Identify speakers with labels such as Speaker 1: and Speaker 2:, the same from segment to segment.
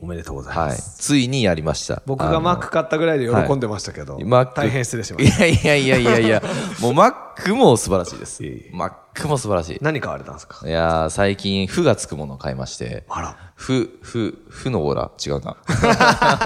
Speaker 1: おめでとうござい
Speaker 2: は
Speaker 1: ま
Speaker 2: い。
Speaker 1: す。
Speaker 2: ついにやりました。
Speaker 1: 僕がマック買ったぐらいで喜んでましたけど、大変失礼しました。
Speaker 2: た。いやいやいやいやい や、もうマックも素晴らしいです
Speaker 1: いえいえ。
Speaker 2: マックも素晴らしい。
Speaker 1: 何買われたんですか
Speaker 2: いやー、最近、負がつくものを買いまして。
Speaker 1: あら。
Speaker 2: ふ、ふ、ふのオーラ違 うな。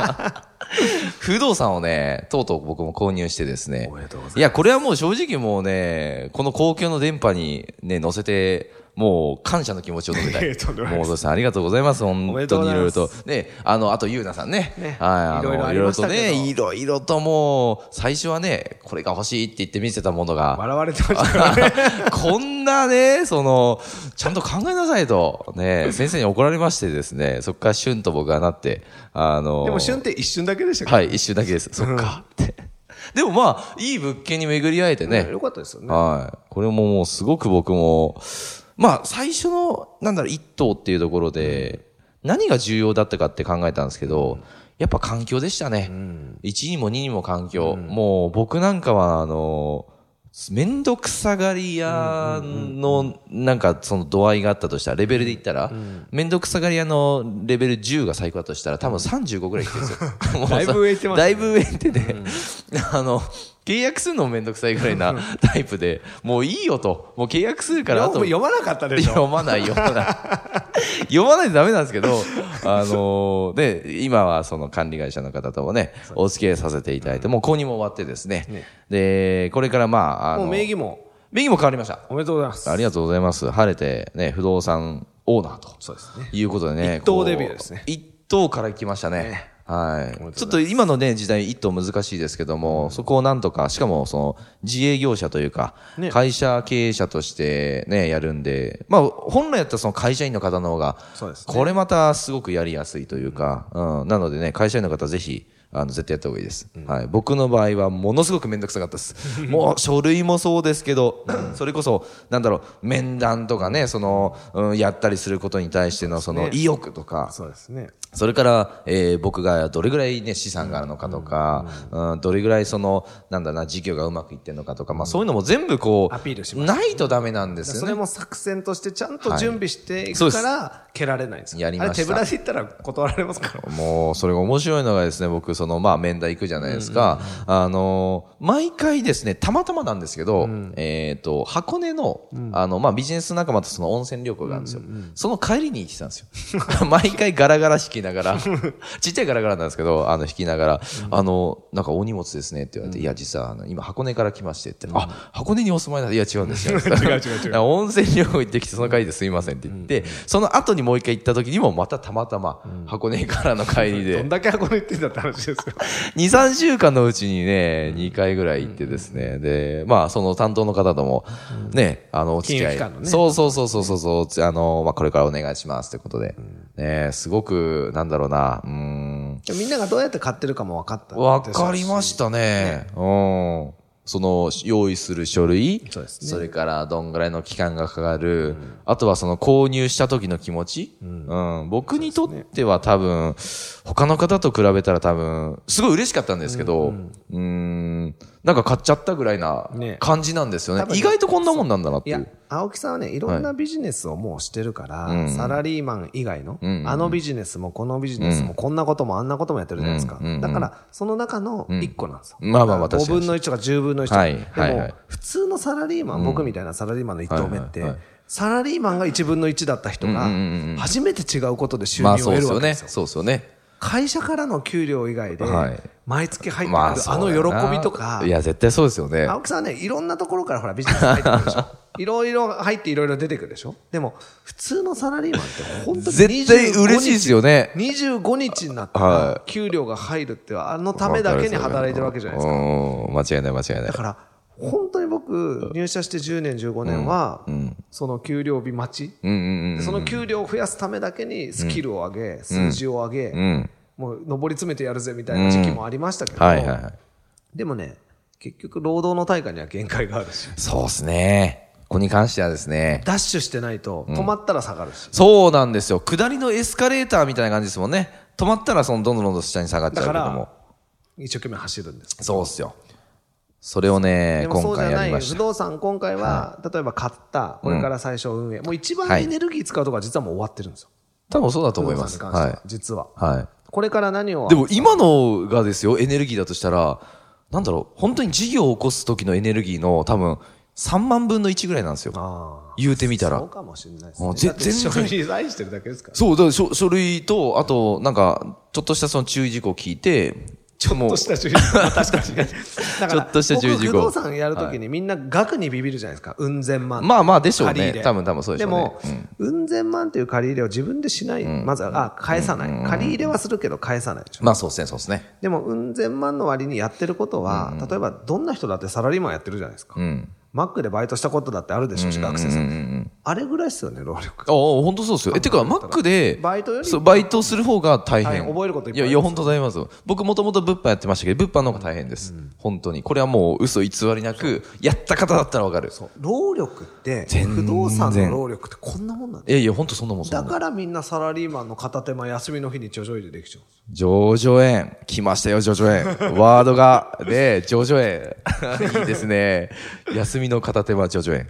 Speaker 2: 不動産をね、とうとう僕も購入してですね。
Speaker 1: おめでとうございます
Speaker 2: いや、これはもう正直もうね、この公共の電波にね、乗せて、もう感謝の気持ちを述べた
Speaker 1: いやとんでもない
Speaker 2: い。
Speaker 1: です
Speaker 2: もう、さんありがとうございます。本
Speaker 1: おめでとう
Speaker 2: 当
Speaker 1: ご
Speaker 2: に
Speaker 1: ざ
Speaker 2: いろ
Speaker 1: い
Speaker 2: いろ
Speaker 1: ます
Speaker 2: と。ね、あの、あと、ゆうなさんね。
Speaker 1: ね
Speaker 2: はい、
Speaker 1: いろいろ
Speaker 2: あの、い
Speaker 1: あり
Speaker 2: ろいろ
Speaker 1: まし
Speaker 2: と
Speaker 1: たけど
Speaker 2: ね、いろいろともう、最初はね、これが欲しいって言って見せたものが、
Speaker 1: 笑われてましたからね。
Speaker 2: こんなね、その、ちゃんと考えなさいと、ね、先生に怒られましてですね、そこからシュンと僕がなって、あの、
Speaker 1: でも旬って一瞬だけでしたけど、
Speaker 2: はい、一瞬だけです。そっか、って。でもまあ、いい物件に巡り合えてね、
Speaker 1: よかったですよね。
Speaker 2: はい。これももうすごく僕も、まあ、最初の、なんだろう、一棟っていうところで、何が重要だったかって考えたんですけど、やっぱ環境でしたね。1にも2にも環境。もう僕なんかは、あの、めんどくさがり屋の、なんかその度合いがあったとしたら、レベルで言ったら、めんどくさがり屋のレベル10が最高だとしたら、多分35ぐらいいってるんです よ。もうさ
Speaker 1: だいぶ上行ってますね
Speaker 2: だいぶ上行ってて、あの、契約するのもめんどくさいぐらいなタイプで、もういいよと、もう契約するから、あ
Speaker 1: 読
Speaker 2: と
Speaker 1: む読まなかったでしょ。
Speaker 2: 読まない、読まない。読まないとダメなんですけ ど、あのーで、今はその管理会社の方ともね、お付き合いさせていただいて、もう購入も終わってですね。
Speaker 1: ね
Speaker 2: で、これからまあ、あの
Speaker 1: もう名義も
Speaker 2: 名義も変わりました。
Speaker 1: おめでとうございます。
Speaker 2: ありがとうございます。晴れて、ね、不動産オーナーと。
Speaker 1: そうですね。
Speaker 2: いうことでね。
Speaker 1: 一等
Speaker 2: こう
Speaker 1: デビューですね
Speaker 2: 一等から来ましたね。
Speaker 1: ね
Speaker 2: はい。
Speaker 1: とうございます
Speaker 2: ちょっと今のね、時代一等難しいですけども、そこをなんとか、しかもその自営業者というか、
Speaker 1: ね
Speaker 2: 会社経営者としてね、やるんで、まあ本来やったらその会社員の方の方が、
Speaker 1: そうですね
Speaker 2: これまたすごくやりやすいというか、うん。なのでね、会社員の方ぜひ、あの、絶対やった方がいいです。はい。僕の場合はものすごくめんどくさかったで す。もう書類もそうですけど、それこそ、なんだろう、面談とかね、その、うん、やったりすることに対してのその意欲とか、
Speaker 1: そうですね。
Speaker 2: それから、えー僕がどれぐらいね、資産があるのかとか、うんどれぐらいその、なんだな、事業がうまくいってるのかとか、まあそういうのも全部こう、
Speaker 1: アピールしま
Speaker 2: ないとダメなんですよ
Speaker 1: そ
Speaker 2: ね
Speaker 1: れ。も作戦としてちゃんと
Speaker 2: はい
Speaker 1: 準備してい
Speaker 2: そう
Speaker 1: く
Speaker 2: です
Speaker 1: から、蹴られないんですよ。
Speaker 2: やりました
Speaker 1: あれ手ぶらで言ったら断られますから。
Speaker 2: もう、それが面白いのがですね、僕、その、まあ、面談行くじゃないですか。あのー、毎回ですね、たまたまなんですけど、えっ、と、箱根の、あの、まあ、ビジネス仲間とその温泉旅行があるんですよ。その帰りに来てたんですよ。 毎回ガラガラ引きな がら、ちっちゃいガラガラなんですけど、あの、引きながら、あの、なんかお荷物ですねって言われて、いや、実は、あの今、箱根から来ましてって、あ、箱根にお住まいなんだ。いや、違うんですよ。
Speaker 1: 違う違う違う
Speaker 2: 温泉旅行行ってきて、その帰りですいませんって言って、その後にもう一回行った時にも、またたまたま、箱根からの帰り
Speaker 1: ど
Speaker 2: で
Speaker 1: ん、だけ箱根行ってんだって話 ですよ。
Speaker 2: 2、3週間のうちにね、2回ぐらい行ってですね、で、まあ、その担当の方とも、ね、あの、お付き合
Speaker 1: 金融
Speaker 2: い
Speaker 1: 機関の。ね
Speaker 2: そうそうそうそうそうそう、あの、まあ、これからお願いしますということで、ね、すごく、なんだろうな、うーん、
Speaker 1: でもみんながどうやって買ってるかも分かったでしょ
Speaker 2: わ
Speaker 1: うし。
Speaker 2: かりましたね。うん。その、用意する書類。
Speaker 1: そうですね
Speaker 2: れから、どんぐらいの期間がかかる。あとは、その、購入した時の気持ち。うん。僕にとっては多分、他の方と比べたら多分、すごい嬉しかったんですけど、うん、なんか買っちゃったぐらいな
Speaker 1: ね
Speaker 2: 感じなんですよね
Speaker 1: 多分ね
Speaker 2: 意外とこんなもんなんだなってい
Speaker 1: いや
Speaker 2: う。、
Speaker 1: 青木さんはね、いろんなビジネスをもうしてるから、サラリーマン以外の、
Speaker 2: んうん
Speaker 1: あのビジネスもこのビジネスも、こんなこともあんなこともやってるじゃないですか。
Speaker 2: うんうんうん
Speaker 1: だから、その中の1個なんですよ。
Speaker 2: うんまあまあまあ確かに
Speaker 1: 5分の1とか10分の1とか。
Speaker 2: はい
Speaker 1: でも、
Speaker 2: はいはい
Speaker 1: 普通のサラリーマン、僕みたいなサラリーマンの1投目って、
Speaker 2: はいはいはい
Speaker 1: サラリーマンが1分の1だった人が
Speaker 2: うんうんうんうん、
Speaker 1: 初めて違うことで収入
Speaker 2: ま
Speaker 1: を
Speaker 2: あ、そうで
Speaker 1: 得る
Speaker 2: す
Speaker 1: わ
Speaker 2: よ
Speaker 1: けで
Speaker 2: ね。
Speaker 1: すよ。
Speaker 2: そうですよね。
Speaker 1: 会社からの給料以外で
Speaker 2: はい、
Speaker 1: 毎月入ってくる、
Speaker 2: まあ、
Speaker 1: あの
Speaker 2: そうだよな
Speaker 1: 喜びとか、
Speaker 2: いや、絶対そうですよね。
Speaker 1: 青木さんはね、いろんなところからほらビジネス入ってくるでし ょ。いろいろ入っていろいろ出てくるでしょ。でも、普通のサラリーマンって本当に
Speaker 2: 絶対嬉しいですよね。
Speaker 1: 25日になった
Speaker 2: は
Speaker 1: ら、給料が入るって、あのためだけに働いてるわけじゃないですか。
Speaker 2: うん、間違いない間違いない
Speaker 1: だ。から、本当に僕、入社して10年、15年は、その給料日待ち。
Speaker 2: うんうんうん。
Speaker 1: でその給料を増やすためだけにスキルを上げ、数字を上げ、
Speaker 2: うん。
Speaker 1: もう上り詰めてやるぜみたいな時期もありましたけど、
Speaker 2: はいはいはい。
Speaker 1: でもね、結局労働の対価には限界があるし、
Speaker 2: そうですね。ここに関してはですね。
Speaker 1: ダッシュしてないと止まったら下がるし、
Speaker 2: そうなんですよ。下りのエスカレーターみたいな感じですもんね。止まったら、その、どんどんどんどん下に下がっちゃう
Speaker 1: だか
Speaker 2: けども
Speaker 1: ら。一生懸命走るんです。
Speaker 2: そうっすよ。それをね
Speaker 1: で、もそ
Speaker 2: 今
Speaker 1: うじゃ
Speaker 2: 回や
Speaker 1: な
Speaker 2: り
Speaker 1: い
Speaker 2: まし
Speaker 1: 不
Speaker 2: た。
Speaker 1: 動産、今回は、例えば買った、これから最初運営、もう一番
Speaker 2: はい
Speaker 1: エネルギー使うとこは実はもう終わってるんですよ。
Speaker 2: 多分そうだと
Speaker 1: 不
Speaker 2: 思い
Speaker 1: 動産
Speaker 2: ま
Speaker 1: に
Speaker 2: す。
Speaker 1: 関しては
Speaker 2: は
Speaker 1: 実は。
Speaker 2: い。はい。
Speaker 1: これから何を
Speaker 2: でも今のがですよ、エネルギーだとしたら、なんだろう、本当に事業を起こす時のエネルギーの多分3万分の1ぐらいなんですよ。
Speaker 1: あ
Speaker 2: 言うてみた
Speaker 1: あそう
Speaker 2: ら。
Speaker 1: かもしれないです
Speaker 2: あ
Speaker 1: ね。
Speaker 2: ぜ
Speaker 1: だって
Speaker 2: 全然
Speaker 1: 書類愛してるだけですから。
Speaker 2: そう、だから書書類と、あと、なんか、ちょっとしたその注意事項を聞いて、ちょっ
Speaker 1: ちょっとした注意事 項。確かに。だから
Speaker 2: ちょっとした注意事項
Speaker 1: 僕不動産やるときにみんな額にビビるじゃないですか。うん千万。
Speaker 2: まあまあでしょうね
Speaker 1: 借り入れ
Speaker 2: 多分多分そうでしょうね
Speaker 1: でも、うん千万という借り入れを自分でしない。まずは、あ、返さない。借り入れはするけど返さないでしょ。
Speaker 2: まあそうですね、そうですね。
Speaker 1: でも、うん千万の割にやってることは、例えばどんな人だってサラリーマンやってるじゃないですか。マックでバイトしたことだってあるでしょ、学生さん。あれぐらいですよね、労力。
Speaker 2: ああ、本当そうですよ。え、てか、マックで、
Speaker 1: バイトより
Speaker 2: そうバイトする方が大変。
Speaker 1: はい覚えることいっぱい
Speaker 2: いや、いや、本当大変なんですよ。僕もともと物販やってましたけど、物販の方が大変です。本当に。これはもう嘘偽りなく、やった方だったらわかる。
Speaker 1: 労力って、
Speaker 2: 全然
Speaker 1: 不動産の労力ってこんなもんなんだよ
Speaker 2: いやいや、本当そんなもん、そんな
Speaker 1: だ
Speaker 2: もん。
Speaker 1: からみんなサラリーマンの片手間休みの日にちょちょいでできちゃうんです
Speaker 2: 上
Speaker 1: よ
Speaker 2: 々園。来ましたよ、上々園。ワードが。で、上々園。いいですね。休みの片手間、上々園。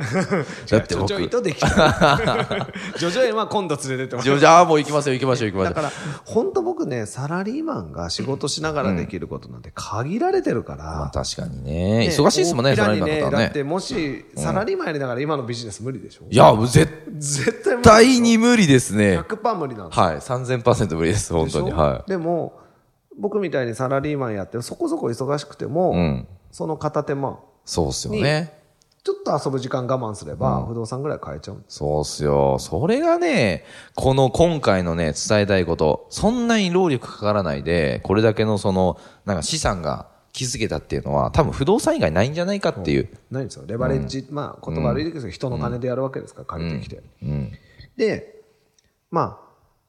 Speaker 2: だって
Speaker 1: ちょ
Speaker 2: 僕、
Speaker 1: ちょい
Speaker 2: 上
Speaker 1: とできちゃ う。ジョジョ園は今度連れてってもらう。
Speaker 2: 々、ああ、もう行きますよ、行きましょう、行きましょ
Speaker 1: だ
Speaker 2: う。
Speaker 1: から、本当僕ね、サラリーマンが仕事しながらできることなんて限られてるから。
Speaker 2: まあ確かにね。
Speaker 1: ね
Speaker 2: 忙しいですもんね、
Speaker 1: 大っ
Speaker 2: サ
Speaker 1: ぴ
Speaker 2: ラ
Speaker 1: ら
Speaker 2: リー
Speaker 1: に
Speaker 2: マンの方は
Speaker 1: だって
Speaker 2: ね。
Speaker 1: もし、サラリーマンやりながら今のビジネス無理でしょ
Speaker 2: いや、もう絶
Speaker 1: 絶対無理。
Speaker 2: 対に無理ですね。
Speaker 1: 100%無理なんですよ
Speaker 2: はい、3000%無理です、本
Speaker 1: でし
Speaker 2: 当
Speaker 1: ょ
Speaker 2: に。は
Speaker 1: でも、僕みたいにサラリーマンやってそこそこ忙しくて
Speaker 2: い。う
Speaker 1: も、
Speaker 2: ん。
Speaker 1: その片手間、
Speaker 2: そうっすよね。
Speaker 1: ちょっと遊ぶ時間我慢すれば、不動産ぐらい買えちゃうんです
Speaker 2: そうっすよ。それがね、この今回のね、伝えたいこと、そんなに労力かからないで、これだけのその、なんか資産が築けたっていうのは、多分不動産以外ないんじゃないかっていう。
Speaker 1: ないんですよレバレッジ、まあ言葉悪いですけど、人の金でやるわけですから、借りてきて、
Speaker 2: うん。
Speaker 1: でまあ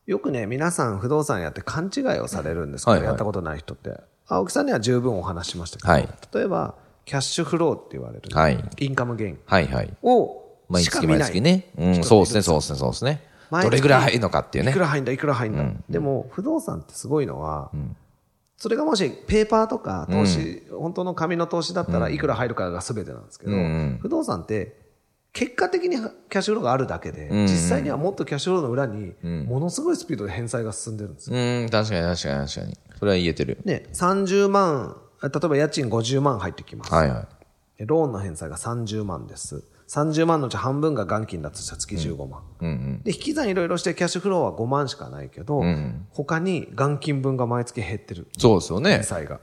Speaker 1: よくね皆さん不動産やって勘違いをされるんですけど、
Speaker 2: はいはい
Speaker 1: やったことない人って青木さんには十分お話ししましたけど、
Speaker 2: はい
Speaker 1: 例えばキャッシュフローって言われる、
Speaker 2: はい
Speaker 1: インカムゲイン
Speaker 2: はいはい。
Speaker 1: を
Speaker 2: 毎
Speaker 1: しか
Speaker 2: 月
Speaker 1: 見
Speaker 2: 毎
Speaker 1: ない
Speaker 2: 月ね。うん、そうですね、そうですね、そうですね。
Speaker 1: 毎
Speaker 2: ど
Speaker 1: 月
Speaker 2: れぐらい入るのかっていう
Speaker 1: い
Speaker 2: ね
Speaker 1: く。ら入んだいくら入んだ、でも不動産ってすごいのは、それがもしペーパーとか投資、本当の紙の投資だったらいくら入るかが全てなんですけど、
Speaker 2: ん
Speaker 1: 不動産って結果的にキャッシュフローがあるだけで、
Speaker 2: ん
Speaker 1: 実際にはもっとキャッシュフローの裏にものすごいスピードで返済が進んでるんですよ、
Speaker 2: うん、確かに確かに確かに。それは言えてる。
Speaker 1: で30万例えば家賃50万入ってきます、
Speaker 2: はいはい。
Speaker 1: でローンの返済が30万です30万のうち半分が元金だとしたら月15万、
Speaker 2: うんうん。
Speaker 1: で引き算いろいろしてキャッシュフローは5万しかないけど、他に元金分が毎月減ってる
Speaker 2: そうですよね
Speaker 1: 返。済が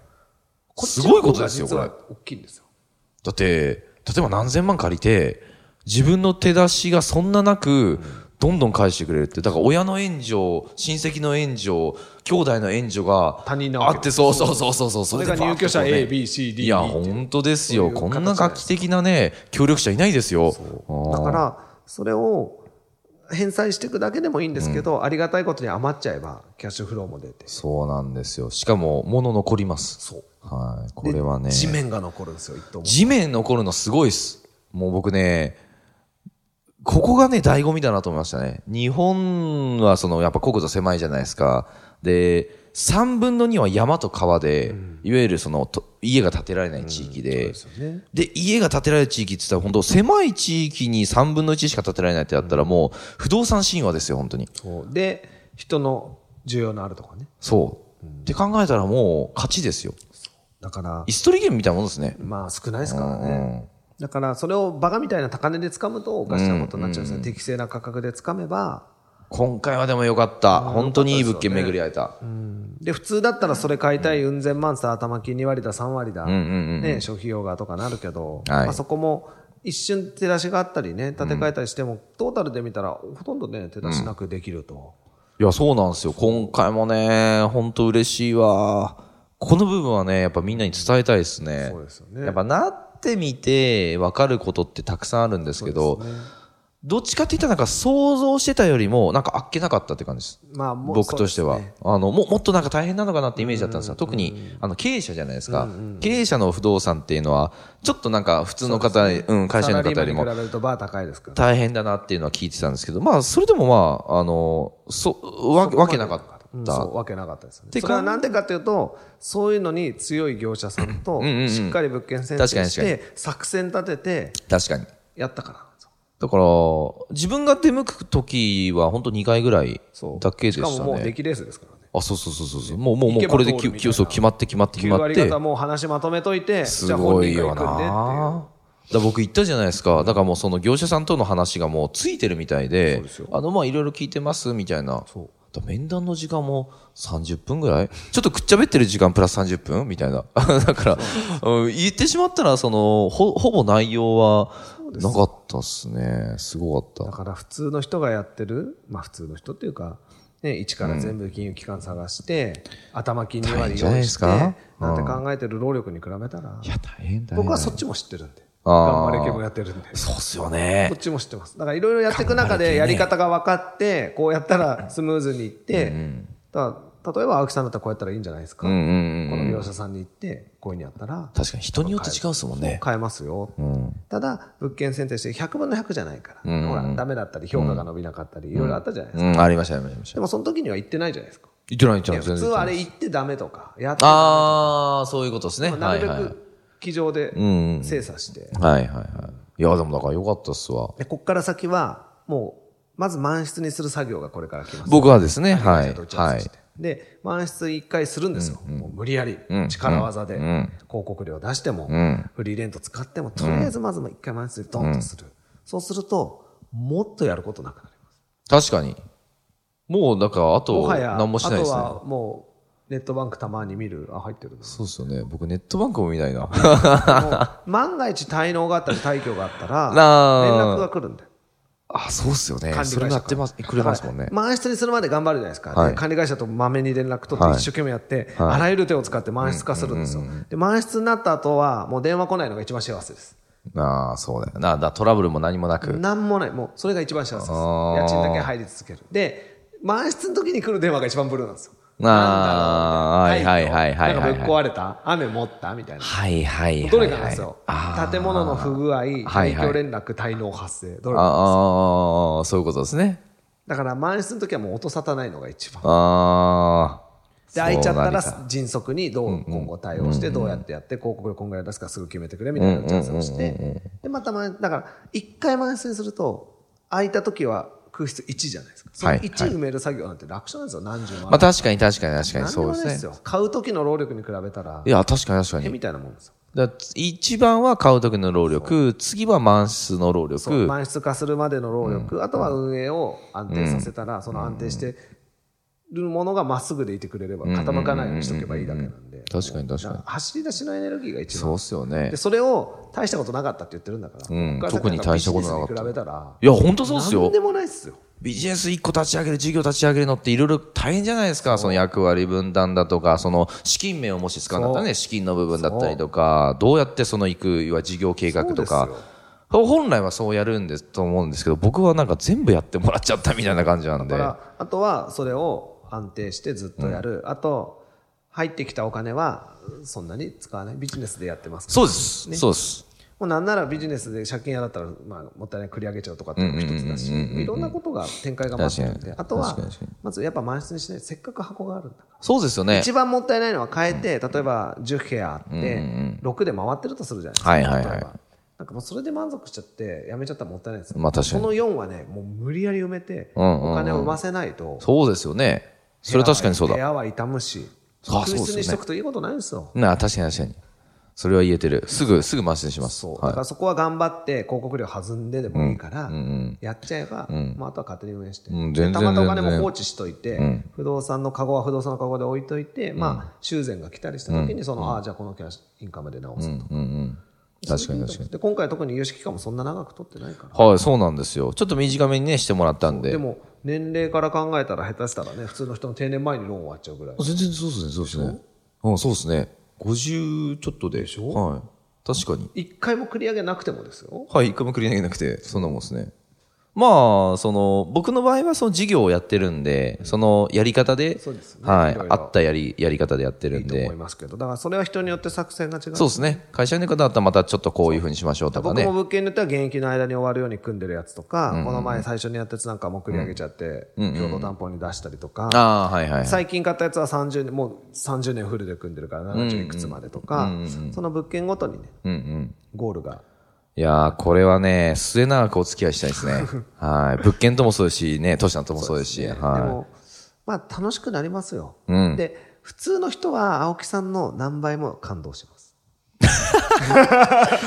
Speaker 2: すごいことですよ
Speaker 1: こっちの方
Speaker 2: こ
Speaker 1: が実は大きいんですよ
Speaker 2: だって、例えば何千万借りて、自分の手出しがそんななく、どんどん返してくれるって。だから親の援助、親戚の援助、兄弟の援助が
Speaker 1: 他人な
Speaker 2: あ
Speaker 1: わけ
Speaker 2: って、そうそうそうそうそう。そ
Speaker 1: それが入居者 A、B、C、D
Speaker 2: いや、本当ですよ。
Speaker 1: そういう
Speaker 2: こ
Speaker 1: 形
Speaker 2: んな画期的なね、協力者いないですよ。
Speaker 1: だからそれを返済していくだけでもいいんですけど、ありがたいことに余っちゃえばキャッシュフローも出て
Speaker 2: そうなんですよ。しかも、物残ります。
Speaker 1: そう
Speaker 2: はい。こ
Speaker 1: で
Speaker 2: れはね。
Speaker 1: 地面が残るんですよ一等も
Speaker 2: 地面残るのすごいっす。もう僕ね、ここがね、醍醐味だなと思いましたね。日本はその、やっぱ国土狭いじゃないですか。で、3分の2は山と川で、いわゆるその、と家が建てられない地域で、
Speaker 1: ですよね
Speaker 2: で、家が建てられる地域って言ったら、本当狭い地域に3分の1しか建てられないってなったら、もう、不動産神話ですよ、本当に。
Speaker 1: そうで人の需要のあるとこね
Speaker 2: そう。って考えたらもう、勝ちですよ。
Speaker 1: だから
Speaker 2: イス取りゲームみたいなもんですね。
Speaker 1: まあ少ないですから
Speaker 2: う
Speaker 1: ね
Speaker 2: ん。
Speaker 1: だからそれをバカみたいな高値で掴むとおかしなことになっちゃうんですよ、適正な価格で掴めば、
Speaker 2: 今回はでもよかった。本当にいい物件巡り合えた。
Speaker 1: で普通だったらそれ買いたいうん千万さ頭金2割だ3割だ、
Speaker 2: うんうんうんうん
Speaker 1: ね、諸費用がとかなるけど、
Speaker 2: はい
Speaker 1: まあ、そこも一瞬手出しがあったりね建て替えたりしても、トータルで見たらほとんどね手出しなくできると、
Speaker 2: いや、そうなんですよ。今回もね、本当嬉しいわ。この部分はね、やっぱみんなに伝えたいですね。
Speaker 1: そうですよね
Speaker 2: やっぱなってみて分かることってたくさんあるんですけど、どっちかって言ったらなんか想像してたよりも、なんかあっけなかったって感じです。
Speaker 1: まあもう
Speaker 2: 僕としては、
Speaker 1: そうですね
Speaker 2: あのももっとなんか大変なのかなってイメージだったんですが、特にあの経営者じゃないですか、経営者の不動産っていうのは、ちょっとなんか普通の方、うん、会社の方より
Speaker 1: サラリーマン
Speaker 2: も
Speaker 1: に比べるとバー高いですから、
Speaker 2: 大変だなっていうのは聞いてたんですけど、まあ、それでもまあ、あのそわわけなか
Speaker 1: うん
Speaker 2: っ
Speaker 1: そ
Speaker 2: た
Speaker 1: うわけなかったですよね
Speaker 2: てか
Speaker 1: それはなんでかというとそういうのに強い業者さんと
Speaker 2: んうん
Speaker 1: しっかり物件選定
Speaker 2: 確かに
Speaker 1: し
Speaker 2: 確
Speaker 1: て作戦立てて
Speaker 2: 確かに。
Speaker 1: やったからなんですよ
Speaker 2: だから、自分が出向く時は本当2回ぐらい
Speaker 1: そう
Speaker 2: だけでしたね。
Speaker 1: しかももう出来レースですからね
Speaker 2: あ、そうそうそうそうそう。もう、もう、も
Speaker 1: 行
Speaker 2: う
Speaker 1: けば
Speaker 2: これで
Speaker 1: 通る
Speaker 2: き
Speaker 1: みたい
Speaker 2: き
Speaker 1: な
Speaker 2: そう決まって決まって決
Speaker 1: 9
Speaker 2: まっ
Speaker 1: 割
Speaker 2: て
Speaker 1: 方。もう話まとめといて
Speaker 2: すごいよ
Speaker 1: じゃあ本人が行くんでっていう
Speaker 2: な。だから僕言ったじゃないですか。だからもうその業者さんとの話がもうついてるみたいで、あのまあいろいろ聞いてますみたいな。だから面談の時間も30分ぐらいちょっとくっちゃべってる時間プラス30分みたいな。 だから、うん、言ってしまったらそのほ、ほぼ内容はなかったっすね。すごかった。
Speaker 1: だから普通の人がやってる、まあ普通の人っていうか、ね、一から全部金融機関探して、頭金2
Speaker 2: 大変
Speaker 1: 割
Speaker 2: じゃない
Speaker 1: 用
Speaker 2: で
Speaker 1: 意
Speaker 2: す
Speaker 1: して、
Speaker 2: か
Speaker 1: な
Speaker 2: うん
Speaker 1: んて考えてる労力に比べたら
Speaker 2: い、や、大変だよ。
Speaker 1: 僕はそっちも知ってるんで、
Speaker 2: あ
Speaker 1: 頑
Speaker 2: ー
Speaker 1: 張れ系もやってるんで。
Speaker 2: そうっすよね
Speaker 1: こっ。ちも知ってます。だからいろいろやっていく中でやり方が分かって、こうやったらスムーズにいって、だから例えば青木さんだったらこうやったらいいんじゃないですか。
Speaker 2: うんうんうん
Speaker 1: こ
Speaker 2: うん。
Speaker 1: の業者さんに行って、こういうふうにやったら、
Speaker 2: 確かに人によって違うっすもんね。
Speaker 1: 変えますよ。ただ、物件選定して100分の100じゃないから、
Speaker 2: うん
Speaker 1: ほら、ダメだったり、評価が伸びなかったり、いろいろあったじゃないですか。
Speaker 2: うん、ありました、ありまし
Speaker 1: で
Speaker 2: た。
Speaker 1: もその時には行ってないじゃないですか。
Speaker 2: 言ってない、言ってないい、
Speaker 1: や
Speaker 2: 全
Speaker 1: 普通
Speaker 2: 然。
Speaker 1: はあれ行ってダメとか、やってダ
Speaker 2: ああ、そういうことですね。
Speaker 1: メとか、な
Speaker 2: はい
Speaker 1: るべ
Speaker 2: はい。はい
Speaker 1: く机上で
Speaker 2: んうん
Speaker 1: 精査して、
Speaker 2: はいはい。いや、でもだから良かったっすわ。
Speaker 1: でこっから先は、もう、まず満室にする作業がこれから来ます。
Speaker 2: 僕はですね、は
Speaker 1: ち
Speaker 2: い
Speaker 1: ょっと打ち合わ
Speaker 2: は
Speaker 1: せ
Speaker 2: い
Speaker 1: して。で、満室一回するんですよ。もう無理やり、力技で、広告料出しても、フリーレント使っても、とりあえずまず一回満室でドンとする。そうすると、もっとやることなくなります。
Speaker 2: 確かに。もう、だから、あ
Speaker 1: も
Speaker 2: と、
Speaker 1: はや、
Speaker 2: 何もしないですね
Speaker 1: あ。とはもう、ネットバンクたまに見る、あ、入ってるな。
Speaker 2: そうっすよね。僕、ネットバンクも見ないな。
Speaker 1: もう万が一滞納があったり退去があったら、
Speaker 2: なあ
Speaker 1: 連絡が来るんで。
Speaker 2: あ、そうっすよね
Speaker 1: 管。理会社
Speaker 2: そ
Speaker 1: か
Speaker 2: れも
Speaker 1: ら
Speaker 2: やってます、くれますもん
Speaker 1: だ
Speaker 2: ね
Speaker 1: か。ら満室にするまで頑張るじゃないですか。
Speaker 2: はい
Speaker 1: で管理会社とまめに連絡取
Speaker 2: は
Speaker 1: っ
Speaker 2: い
Speaker 1: て一生懸命やって、
Speaker 2: はい
Speaker 1: あらゆる手を使って満室化するんですよ。で、満室になった後は、もう電話来ないのが一番幸せです。
Speaker 2: ああ、そうだよな。だからトラブルも何もなく。
Speaker 1: なんもない。もう、それが一番幸せです。
Speaker 2: あー
Speaker 1: 家賃だけ入り続ける。で、満室の時に来る電話が一番ブルーなんですよ。
Speaker 2: あー
Speaker 1: なんだろうみた
Speaker 2: はいはいはいはいはい
Speaker 1: ななんかぶっ壊れた雨持ったみたいな。
Speaker 2: はいはいはい。
Speaker 1: どれかなんですよ
Speaker 2: あ。ー
Speaker 1: 建物の不具合、
Speaker 2: はい
Speaker 1: 退去連絡、滞納発生。どれか
Speaker 2: ああ、そういうことですね。
Speaker 1: だから満室の時はもう音沙汰ないのが一番。
Speaker 2: ああ。
Speaker 1: で、開いちゃった
Speaker 2: そうなりか
Speaker 1: ら迅速にどう今後対応して、どうやってやって、広告でこんぐらい出すからすぐ決めてくれみたいな打ち合わせをして、で、また満、だから、一回満室にすると、開いた時は空室1じゃないですか。その
Speaker 2: はい
Speaker 1: 1埋める作業なんて楽勝なんですよ、何十万。
Speaker 2: まあ確かに確かに確かに
Speaker 1: 何で
Speaker 2: そう
Speaker 1: も
Speaker 2: で
Speaker 1: ないですす
Speaker 2: ね。
Speaker 1: よ。買う時の労力に比べたら
Speaker 2: い、や、確かに確か
Speaker 1: 手
Speaker 2: に。
Speaker 1: みたいなもんですよ。
Speaker 2: だから一番は買う時の労力、次は満室の労
Speaker 1: そう
Speaker 2: 力。
Speaker 1: 満室化するまでの労力、あとは運営を安定させたら、その安定してるものがまっすぐでいてくれれば傾かないようにしとけばいいだけなんで
Speaker 2: 確かに確かに
Speaker 1: だら走り出しのエネルギーが一
Speaker 2: そう
Speaker 1: 番
Speaker 2: っすよね
Speaker 1: で。それを大したことなかったって言ってるんだから、
Speaker 2: うん
Speaker 1: こっから先
Speaker 2: 特に大したことなかった
Speaker 1: ビジネスに比べたら
Speaker 2: いや、ほんとそうっす
Speaker 1: な
Speaker 2: よ
Speaker 1: んで。もないっすよ
Speaker 2: ビジネス1個立ち上げる、事業立ち上げるのっていろいろ大変じゃないですか。その役割分担だとか、その資金面をもし使うんだったらね、資金の部分だったりとか、どうやってその行く、いわゆる事業計画とか
Speaker 1: そうです。
Speaker 2: 本来はそうやるんですと思うんですけど、僕はなんか全部やってもらっちゃったみたいな感じなんで。
Speaker 1: だからあとはそれを安定してずっとやる、あと入ってきたお金はそんなに使わないビジネスでやってますから
Speaker 2: そうです。そうです。
Speaker 1: もうなんならビジネスで借金屋だったら、まあ、もったいない繰り上げちゃうとかっていうのも一つだし、いろんなことが展開が待ってるんで
Speaker 2: 確、か
Speaker 1: あ
Speaker 2: に
Speaker 1: とは
Speaker 2: 確かに確かに、
Speaker 1: まずやっぱ満室にしない、せっかく箱があるんだから。
Speaker 2: そうですよね。
Speaker 1: 一番もったいないのは変えて、例えば10部屋あって、6で回ってるとするじゃないですか。
Speaker 2: はいはいはい
Speaker 1: 例えばなんかもうそれで満足しちゃって、やめちゃったらもったいないですよ。
Speaker 2: まあ確かに
Speaker 1: その4はね、もう無理やり埋めて、
Speaker 2: うんうんうん
Speaker 1: お金を生ませないと、
Speaker 2: そうですよね。それは確かにそう
Speaker 1: 部
Speaker 2: だ。
Speaker 1: 屋は傷むし、
Speaker 2: あ
Speaker 1: 空
Speaker 2: そうですよね
Speaker 1: 室にしとくといいことないんですよ。
Speaker 2: なあ、確かに確かに。それは言えてる。すぐ、すぐ回しにします。
Speaker 1: そう。だ
Speaker 2: は
Speaker 1: からそこは頑張って、広告料弾んででもいいから、やっちゃえば、まああとは勝手に運営して。
Speaker 2: うん全然
Speaker 1: でたまたお金
Speaker 2: 全
Speaker 1: も
Speaker 2: 然
Speaker 1: 放置しといて、不動産のカゴは不動産のカゴで置いといて、まあ、修繕が来たりした時に、その、ああ、じゃあこのキャッシュインカムで直すと。
Speaker 2: い。うんうん。確かに確か
Speaker 1: で、今回特に融資期間もそんな長く取ってないから。
Speaker 2: に。はい、そうなんですよ。ちょっと短めにね、してもらったんで。
Speaker 1: でも、年齢から考えたら下手したらね、普通の人の定年前にローン終わっちゃうぐらい。
Speaker 2: 全然そうですね、そうですね。うん、そうですね。50ちょっとで。しょはい。確かに。
Speaker 1: 一回も繰り上げなくてもですよ。
Speaker 2: はい、一回も繰り上げなくて、そんなもんですね。まあ、その、僕の場合はその事業をやってるんで、そのやり方で、
Speaker 1: そうですね
Speaker 2: はい
Speaker 1: いろいろ
Speaker 2: あったやり、やり方でやってる
Speaker 1: いい
Speaker 2: ん
Speaker 1: と
Speaker 2: で。
Speaker 1: 思いますけど、だからそれは人によって作戦が違う。
Speaker 2: そうですね。会社員の方だったらまたちょっとこういうふうにしましょうとか
Speaker 1: 僕
Speaker 2: ね
Speaker 1: も。物件によっては現役の間に終わるように組んでるやつとか、この前最初にやったやつなんかも繰り上げちゃって、共同担保に出したりとか、
Speaker 2: ああ、はいはい。
Speaker 1: 最近買ったやつは30年、もう30年フルで組んでるから70いくつまでとか、その物件ごとにね、
Speaker 2: うんうん。
Speaker 1: ゴールが。
Speaker 2: いやー、これはね、末永くお付き合いしたいですね。 はい。物件ともそうですし、ね、都市なんともそうですし、
Speaker 1: で
Speaker 2: は
Speaker 1: も、まあ楽しくなりますよ。
Speaker 2: うん
Speaker 1: で、普通の人は青木さんの何倍も感動します。
Speaker 2: い。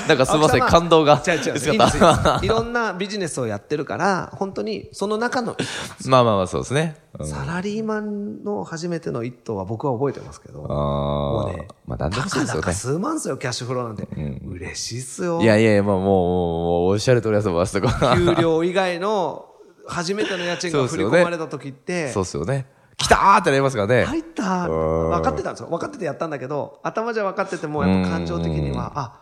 Speaker 2: なんかすみません、
Speaker 1: 青木さは
Speaker 2: 感動が。
Speaker 1: 違う違ういいんです
Speaker 2: 強
Speaker 1: いいん
Speaker 2: か
Speaker 1: で
Speaker 2: っ
Speaker 1: す
Speaker 2: た
Speaker 1: いろんなビジネスをやってるから、本当にその中の
Speaker 2: まあまあまあ、そうですね。うん
Speaker 1: サラリーマンの初めての一頭は僕は覚えてますけど、
Speaker 2: あ
Speaker 1: もう
Speaker 2: ー
Speaker 1: ね、
Speaker 2: まあ、なんでも
Speaker 1: た
Speaker 2: そう
Speaker 1: か
Speaker 2: です
Speaker 1: だ
Speaker 2: よ
Speaker 1: か
Speaker 2: ね。
Speaker 1: 数万ですよ、キャッシュフローなんて。嬉しいっすよ。
Speaker 2: いやいやいや、まあもう、もうもうおっしゃる通りだと思います、そこは。
Speaker 1: 給料以外の初めての家賃が振り込まれた時って、
Speaker 2: そうですよね。来たーってなりますからね。
Speaker 1: 入った
Speaker 2: うん
Speaker 1: 分かってたんですよ。分かっててやったんだけど、頭じゃ分かってても、やっぱ感情的には、あ、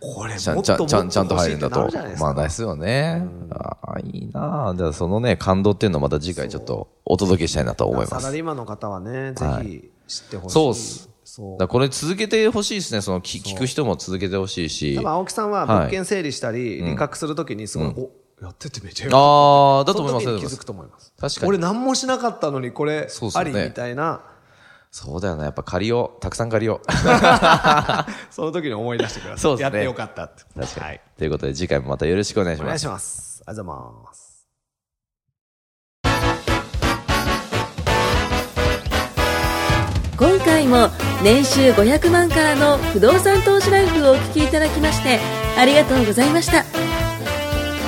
Speaker 1: これもっ
Speaker 2: ちゃ
Speaker 1: と
Speaker 2: ん
Speaker 1: もっ
Speaker 2: ちゃ
Speaker 1: と
Speaker 2: んちゃんちゃんと
Speaker 1: 欲し
Speaker 2: 入
Speaker 1: い
Speaker 2: る
Speaker 1: っ
Speaker 2: ん
Speaker 1: て
Speaker 2: だ
Speaker 1: な
Speaker 2: と
Speaker 1: るじゃないで。す
Speaker 2: ま
Speaker 1: か。
Speaker 2: あ、ですよね。ああ、いいなあじゃあ、そのね、感動っていうのをまた次回ちょっとお届けしたいなと思いま
Speaker 1: サラ
Speaker 2: す。
Speaker 1: リーマンの方はね、ぜひ知ってほしい。
Speaker 2: そうっす。
Speaker 1: そう
Speaker 2: だからこれ続けてほしいですね。その、き聞く人も続けてほしいし
Speaker 1: 多。分
Speaker 2: あ
Speaker 1: 青木さんは物件整理したり、利確するときにすごい、おやっててめちゃよかった
Speaker 2: あー、だと
Speaker 1: その
Speaker 2: 思い
Speaker 1: 時
Speaker 2: ますだと思いま
Speaker 1: に気づ
Speaker 2: す
Speaker 1: く。と思います。
Speaker 2: 確かに
Speaker 1: 俺何もしなかったのにこれ
Speaker 2: そうっす
Speaker 1: あ
Speaker 2: よ
Speaker 1: り
Speaker 2: ね
Speaker 1: みたいな、
Speaker 2: そうだよね。やっぱ借りよう。たくさん借りよう。
Speaker 1: その時に思い出してくださ
Speaker 2: そ
Speaker 1: い。
Speaker 2: うっすね
Speaker 1: やってよかったって。
Speaker 2: 確かに、
Speaker 1: はい。
Speaker 2: ということで、次回もまたよろしくお願いし
Speaker 1: お
Speaker 2: ま
Speaker 1: 願い
Speaker 2: す
Speaker 1: し。ます。ありがとうございます。
Speaker 3: 今回も年収500万からの不動産投資ライフをお聞きいただきましてありがとうございました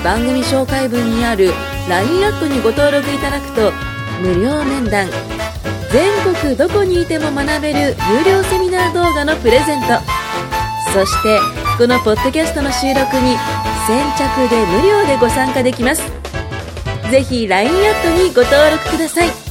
Speaker 3: 番組紹介文にある LINE アップにご登録いただくと無料面談全国どこにいても学べる有料セミナー動画のプレゼントそしてこのポッドキャストの収録に先着で無料でご参加できますぜひ LINE アットにご登録ください